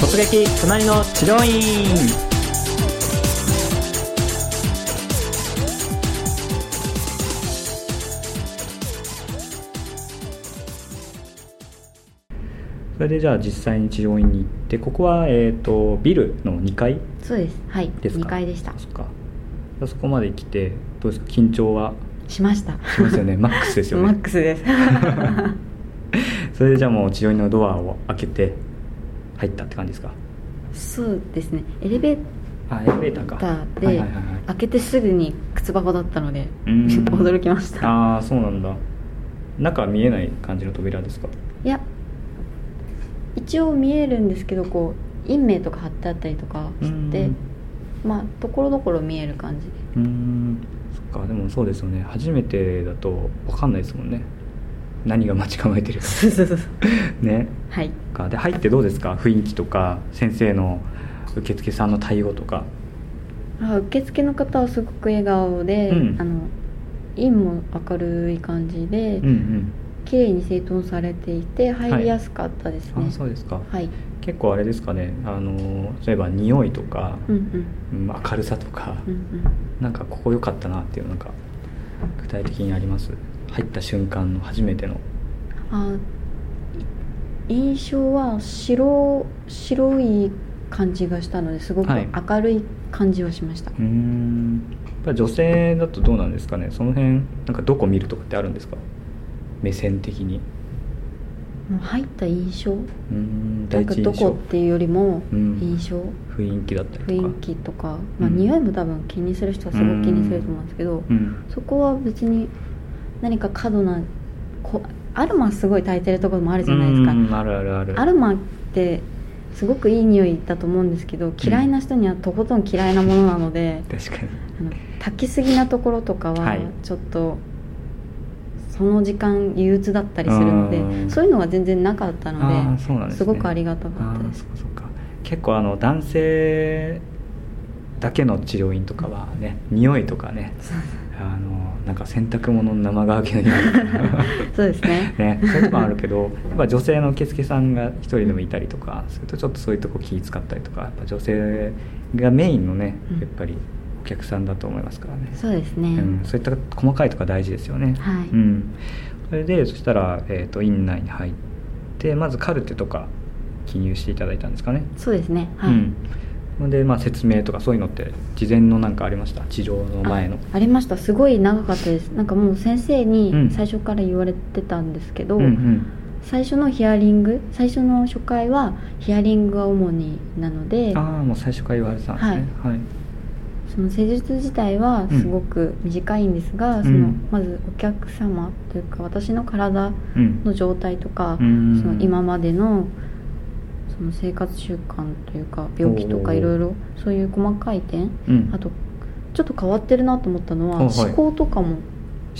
突撃隣の治療院それでじゃあ実際に治療院に行ってここは、えー、とビルの2階そうですはいですか2階でしたそっかあそこまで来てどうですか緊張はしましたしますよ ねマックスですよマねックス ですそれでじゃあもう治療院のドアを開けて入ったって感じですかそうですねエレベーあエレベーターかターではいはいはいはい開けてすぐに靴箱だったのでうん驚きましたああそうなんだ中見えない感じの扉ですかいや一応見えるんですけどこう印名とか貼ってあったりとかしてうんまあところどころ見える感 じでうーんそっかでもそうですよね初めてだと分かんないですもんね何が待ち構えて るかそうそうそうそうねはいかで入ってどうですか雰囲気とか先生の受付さんの対応とかあ受付の方はすごく笑顔で、うんあの院も明るい感じで、うん綺麗に整頓されていて入りやすかったですうねんあそうですかはい、結構あれですかねあの例えば匂いとか、うんうん明るさとか、うんうんうんなんかここ良かったなっていうなんか具体的にあります入った瞬間の初めてのあい印象は白白い感じがしたのですごくはい明るい感じはしました、うーんやっぱり女性だとどうなんですかねその辺なんかどこ見るとかってあるんですか目線的にもう入った印象うーんな第んか一ど印象こっていうよりもうん印象、雰囲気だったりとか雰囲気とか、まうあ、ん匂いも多分気にする人はすごく気にすると思うんですけど、うんそこは別に何か過度なこアルマすごい焚いてるところもあるじゃないですか、うんあるあるあるアロマってすごくいい匂いだと思うんですけど嫌いな人にはとことん嫌いなものなので、確かにあの炊きすぎなところとかははいちょっと、その時間憂鬱だったりするのうーんでそういうのが全然なかったあのーでそうなんですねごくありがたかあったーですそうかそうか結構あの男性だけの治療院とかはね匂いとかねあのなんか洗濯物の生乾きの匂いとか そうですね ね、そういうとこあるけどやっぱ女性の受付さんが一人でもいたりとかするとちょっとそういうとこ気使ったりとかやっぱ女性がメインのねうんやっぱりお客さんだと思いますからね、そうですね、うんそういった細かいとか大事ですよね、はいうん、それでそしたら、えー、と院内に入ってまずカルテとか記入していただいたんですかねそうですねはい、うんほんで、まあ、説明とかそういうのって事前のなんかありました治療の前のあありましたすごい長かったですなんかもう先生うんに最初から言われてたんですけど、うんうん最初のヒアリング最初の初回はヒアリングが主になのでああもう最初から言われてたんですねはい、その施術自体はすごく短いんですが、うんそうのんまずお客様というか私の体うんの状態とか、うんその今までのその生活習慣というか病気とおかーいろいろそういう細かい点、うんあとちょっと変わってるなと思ったのは、あはい思考とかも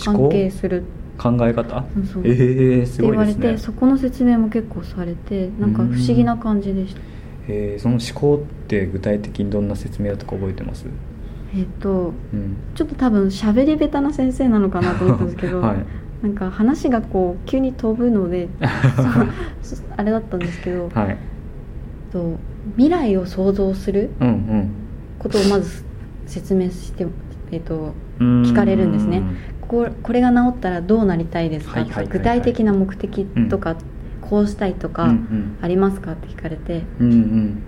関係する考え方うんそうええー、っすてごい言わでれすて、ねそこの説明も結構されてなんか不思議な感じでしたえーその思考って具体的にどんな説明だとか覚えてます、えっ、とうん、ちょっと多分喋り下手な先生なのかなと思ったんですけ ど、はいなんか話がこう急に飛ぶの でそうそあれだったんですけど、はいと未来を想像するうんうんことをまず説明して、えっとうーん聞かれるんですねここれが治ったらどうなりたいですはいか、はいはいはい具体的な目的とか、こうしたいとうんかうんありますかって聞かれてうんうん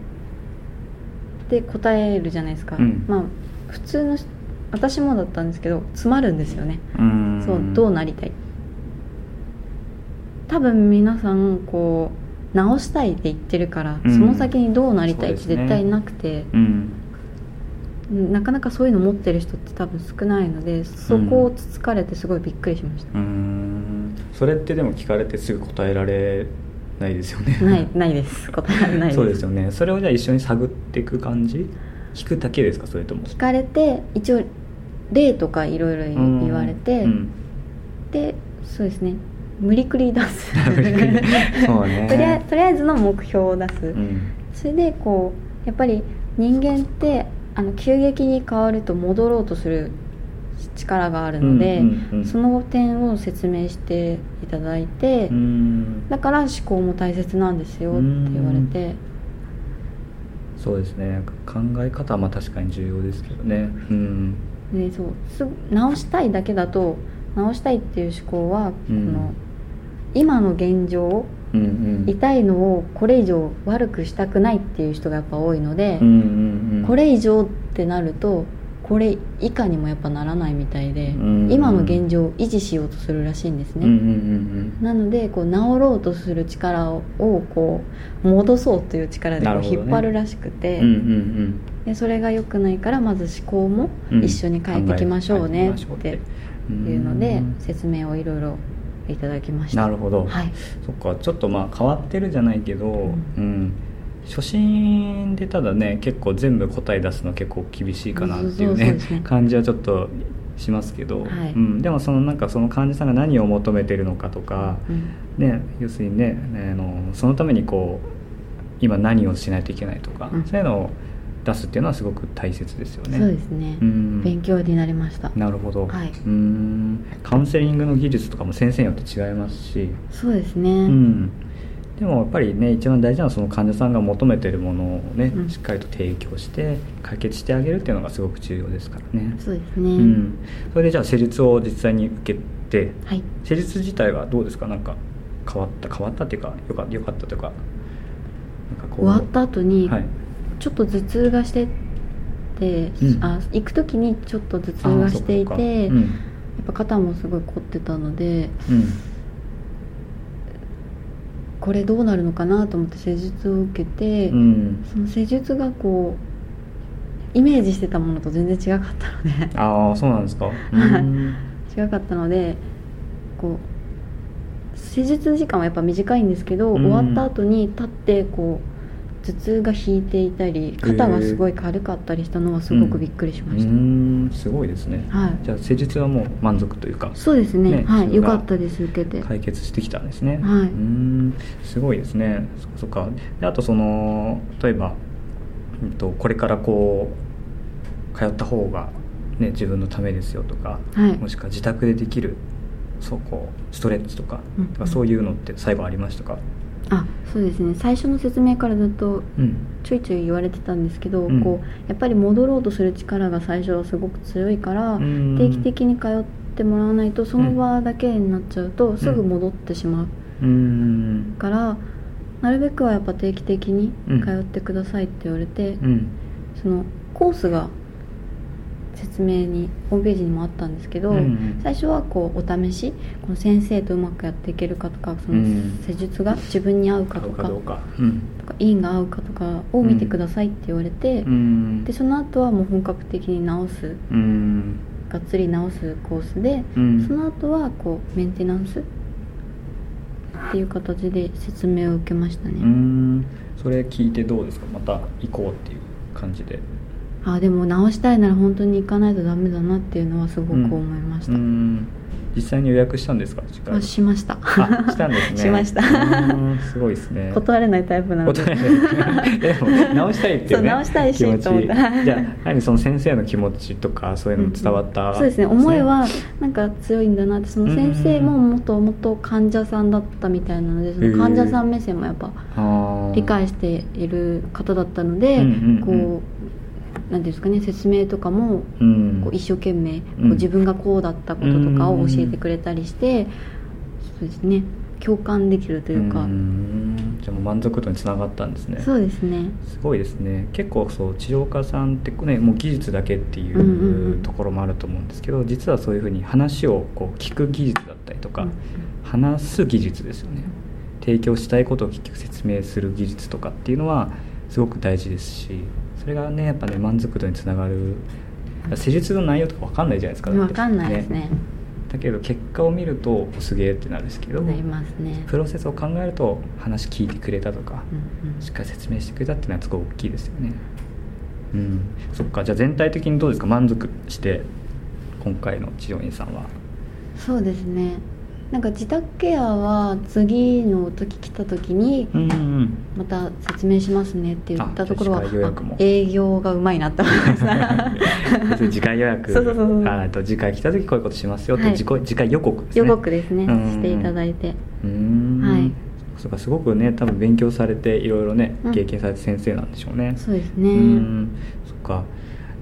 で答えるじゃないですか、うんまあ普通の人私もだったんですけど詰まるんですよねうーんそうどうなりたい多分皆さんこう直したいって言ってるから、うんその先にどうなりたいっそてうですね絶対なくて、うんなかなかそういうの持ってる人って多分少ないのでそこをつつかれてすごいびっくりしまうしーんそれってでも聞かれてすぐ答えられないですよねた、ないないです答えられないで すそうですよねそれをじゃあ一緒に探っていく感じ聞くだけですかそれとも聞かれて一応例とかいろいろうん言われて、うんでそうですね無理くり出す 無理くりそうね とりあえとりあえずの目標を出す、うんそれでこうやっぱり人間ってあの急激に変わると戻ろうとする力があるので、うんうんうんその点を説明していただいて、うーんだから思考も大切なんですよって言われてそうですね考え方はまあ確かに重要ですけどねうんね、そうす直したいだけだと直したいっていう思考は、うんこの今の現状うんうん痛いのをこれ以上悪くしたくないっていう人がやっぱ多いので、うんうんうんこれ以上ってなるとこれ以下にもやっぱならないみたいで、うん今の現状を維持しようとするらしいんですうんね、うんうんなのでこう治ろうとする力をこう戻そうという力でなこるうほどね引っ張るらしくて、うんうんうんでそれが良くないからまず思考もうん一緒に変えていきましょうね考えていきまっしょうってていうのでうん説明をいろいろいただきましたなるほど、はいそっかちょっとまあ変わってるじゃないけど、うんん初心でただね結構全部答え出すの結構厳しいかなっていうそうそうそうねですね感じはちょっとしますけど、はいうん、でもそのなんかその患者さんが何を求めてるのかとか、うんね、要するにね、ねあのそのためにこう今何をしないといけないとか、うんそういうのを出すっていうのはすごく大切ですよね。そうですねうん勉強になりましたなるほど、はいうーんカウンセリングの技術とかも先生によって違いますし、そうですうねん、でもやっぱりね一番大事なのはその患者さんが求めてるものをね、うんしっかりと提供して解決してあげるっていうのがすごく重要ですからね。そうですうねん、それでじゃあ施術を実際に受けてはい施術自体はどうですかなんか変わった変わったっていうかよかよかったというかなんか終わった後にはい、ちょっと頭痛がしててうんあ行く時にちょっと頭痛がしていあーてそっかそっかやっぱ肩もすごい凝ってたのでうんうんこれどうなるのかなと思って施術を受けてうん、その施術がこうイメージしてたものと全然違かったのでああそうなん ですか、うはいん、違かったのでこう施術時間はやっぱ短いんですけど、うん終わった後に立ってこう頭痛が引いていたり肩がすごい軽かったりしたのはすごくびっくりしうました、ーんすごいですねはいじゃあ施術はもう満足というかそうですねねはそいれよがかったです受けて解決してきたんですね、いうーんすごいですねそっかそっかであとその例えば、うん、とこれからこう通った方が、ね、自分のためですよとか、はいもしくは自宅でできるそうこうストレッチとか,、うんそういうのって最後ありましたか、あそうですね最初の説明からずっとうん、ちょいちょい言われてたんですけど、うんこうやっぱり戻ろうとする力が最初はすごく強いから、うん定期的に通ってもらわないとその場だけになっちゃうと、すぐ戻ってしまううーんからなるべくはやっぱ定期的にうん通ってくださいって言われて、うんそのコースが説明にホームページにもあったんですけど、うんうん最初はこうお試しこの先生とうまくやっていけるかとかそうのん施術が自分に合うか買とうか,、かどうかうんとか委員が合うかとかを見てくださいって言われて。うんでその後はもう本格的に直すうんがっつり直すコースで、うんその後はこうメンテナンスっていう形で説明を受けましたうーね、んそれ聞いてどうですかまた行こうっていう感じであでも直したいなら本当に行かないとダメだなっていうのはすごく思いましうた、ん実際に予約したんですかあしましたあしたんですね しましたうーんすごいですね断れないタイプなので断れないでも直したいっていそううね直したい気持しちと思ったじゃあやはりその先生の気持ちとかそういうのも伝わった、そうですね思いはなんか強いんだなってその先生ももっともっと患者さんだったみたいなのでその患者さん目線もやっぱ理解している方だったので、うんうんうんこうなんていうんですかね説明とかもうんこう一生懸命、こううん自分がこうだったこととかを教えてくれたりして、そうですね共感できるというか、ーんじゃあもう満足度につながったんですねそうですねすごいですね結構そう治療家さんってねもう技術だけっていんうんううんところもあると思うんですけど、実はそういうふうに話をこう聞く技術だったりとか、うん話す技術ですよね提供したいことを結局説明する技術とかっていうのはすごく大事ですしそれがねやっぱね満足度につながる施術の内容とかわかんないじゃないですかだって分かんないですねだけど結果を見るとすげえってなるんですけどなりますね、プロセスを考えると話聞いてくれたとか、うんうんしっかり説明してくれたっていうのはすごい大きいですよねうんそっかじゃあ全体的にどうですか満足して今回の治療院さんはそうですねなんか自宅ケアは次の時来た時にうんうんまた説明しますねって言ったところはあじゃあ次回予約もあ営業がうまいなって思いまし た次回予約そうそうそうそうあーえっと次回来た時こういうことしますよって、はい次回次回予告ですね予告ですねうんしていただいてうーん、はいそうかすごくね多分勉強されていろいろねうん経験された先生なんでしょうね、そうですうねんそっか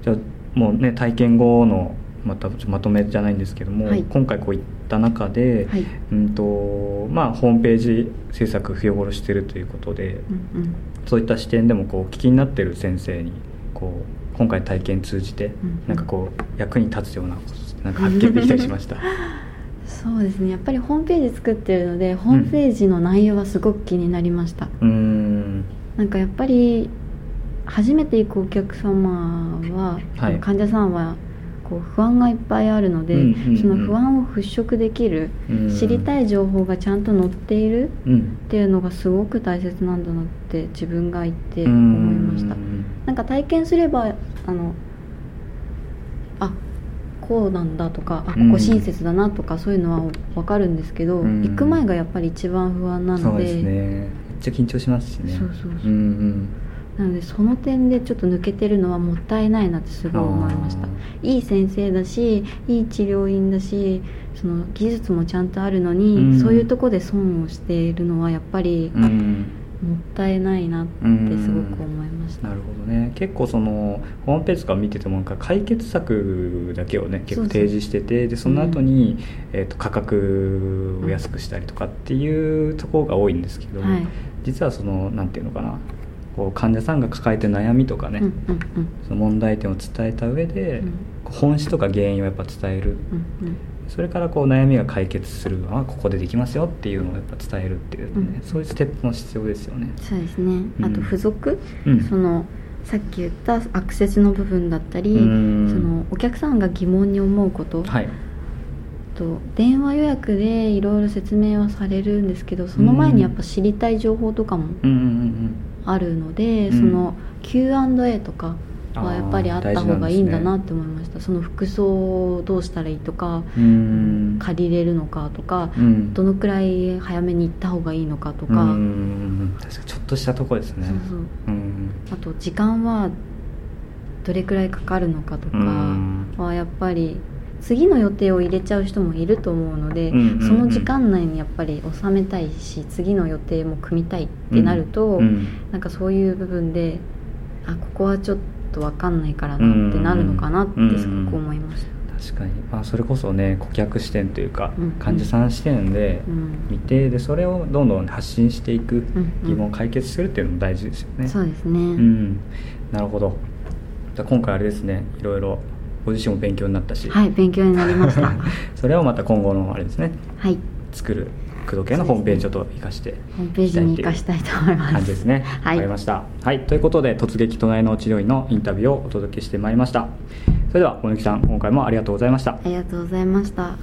じゃあもうね体験後のまたちょっとまとめじゃないんですけども、はい今回こういった中で、はいうんとまあ、ホームページ制作冬頃してるということで、うんそういった視点でもこうお聞きになってる先生にこう今回体験通じてうんなんかこう役に立つようなことってなんか発見できたりしました うん、そうですねやっぱりホームページ作ってるのでホームページの内容はすごく気になりました、うーんなんかやっぱり初めて行くお客様は、はい患者さんはこう不安がいっぱいあるので、うんうんうんその不安を払拭できる、うん知りたい情報がちゃんと載っているうんっていうのがすごく大切なんだなって自分が言って思いましたうーんなんか体験すればあのあこうなんだとかあこうんこ親切だなとか、そういうのは分かるんですけど、うん行く前がやっぱり一番不安なそのうでですねめっちゃ緊張しますしねそうそうそうんんなのでその点でちょっと抜けてるのはもったいないなってすごい思いましたあいい先生だしいい治療院だしその技術もちゃんとあるのに、うんそういうとこで損をしているのはやっぱりーうんもったいないなってすごく思いました、なるほどね結構そのホームページとか見ててもなんか解決策だけをね結構そうそう提示しててでその後に、えー、と価格を安くしたりとかっていうところが多いんですけど、はい実はそのなんていうのかなこう患者さんが抱えてる悩みとかね、うんうんうんその問題点を伝えた上で、うんこう本質とか原因をやっぱ伝えるうんうんそれからこう悩みが解決するのはここでできますよっていうのをやっぱ伝えるっていうね、うんそういうステップも必要ですよね。そうですねうんあと付属、うんそのさっき言ったアクセスの部分だったりそうんのお客さんが疑問に思うこと、はい、と電話予約でいろいろ説明はされるんですけどその前にやっぱ知りたい情報とかもうんうんうんあるので、うんその Q&A とかあはーやっぱりあった方がいいん大だな事なんっでて思いました、その服装をどうしたらいいとか、うんうん借りれるのかとか、うんどのくらい早めに行った方がいいのかとうんうか、んうん確かにちょっとしたとこですねそうそううんあと時間はどれくらいかかるのかとかうんはやっぱり次の予定を入れちゃう人もいると思うので、うんうんうんその時間内にやっぱり収めたいし次の予定も組みたいってなると、うんなんかそういう部分であここはちょっと分かんないからなってなるのかなってすごく思いました。確かに、まあ、それこそね顧客視点というか、うん患者さん視点でうん見てでそれをどんどん発信していくうんうん疑問を解決するっていうのも大事ですよね、そうですね、うんなるほどじゃあ今回あれですねいろいろご自身も勉強になったし、はい勉強になりましたは それをまた今後のあれですねい作る工藤系のホームページちょっと活かしてホームページに生かしたいと思います感じですね。わ、はいかりました。はい、ということで突撃隣の治療院のインタビューをお届けしてまいりました。それでは小野木さん、今回もありがとうございました。ありがとうございました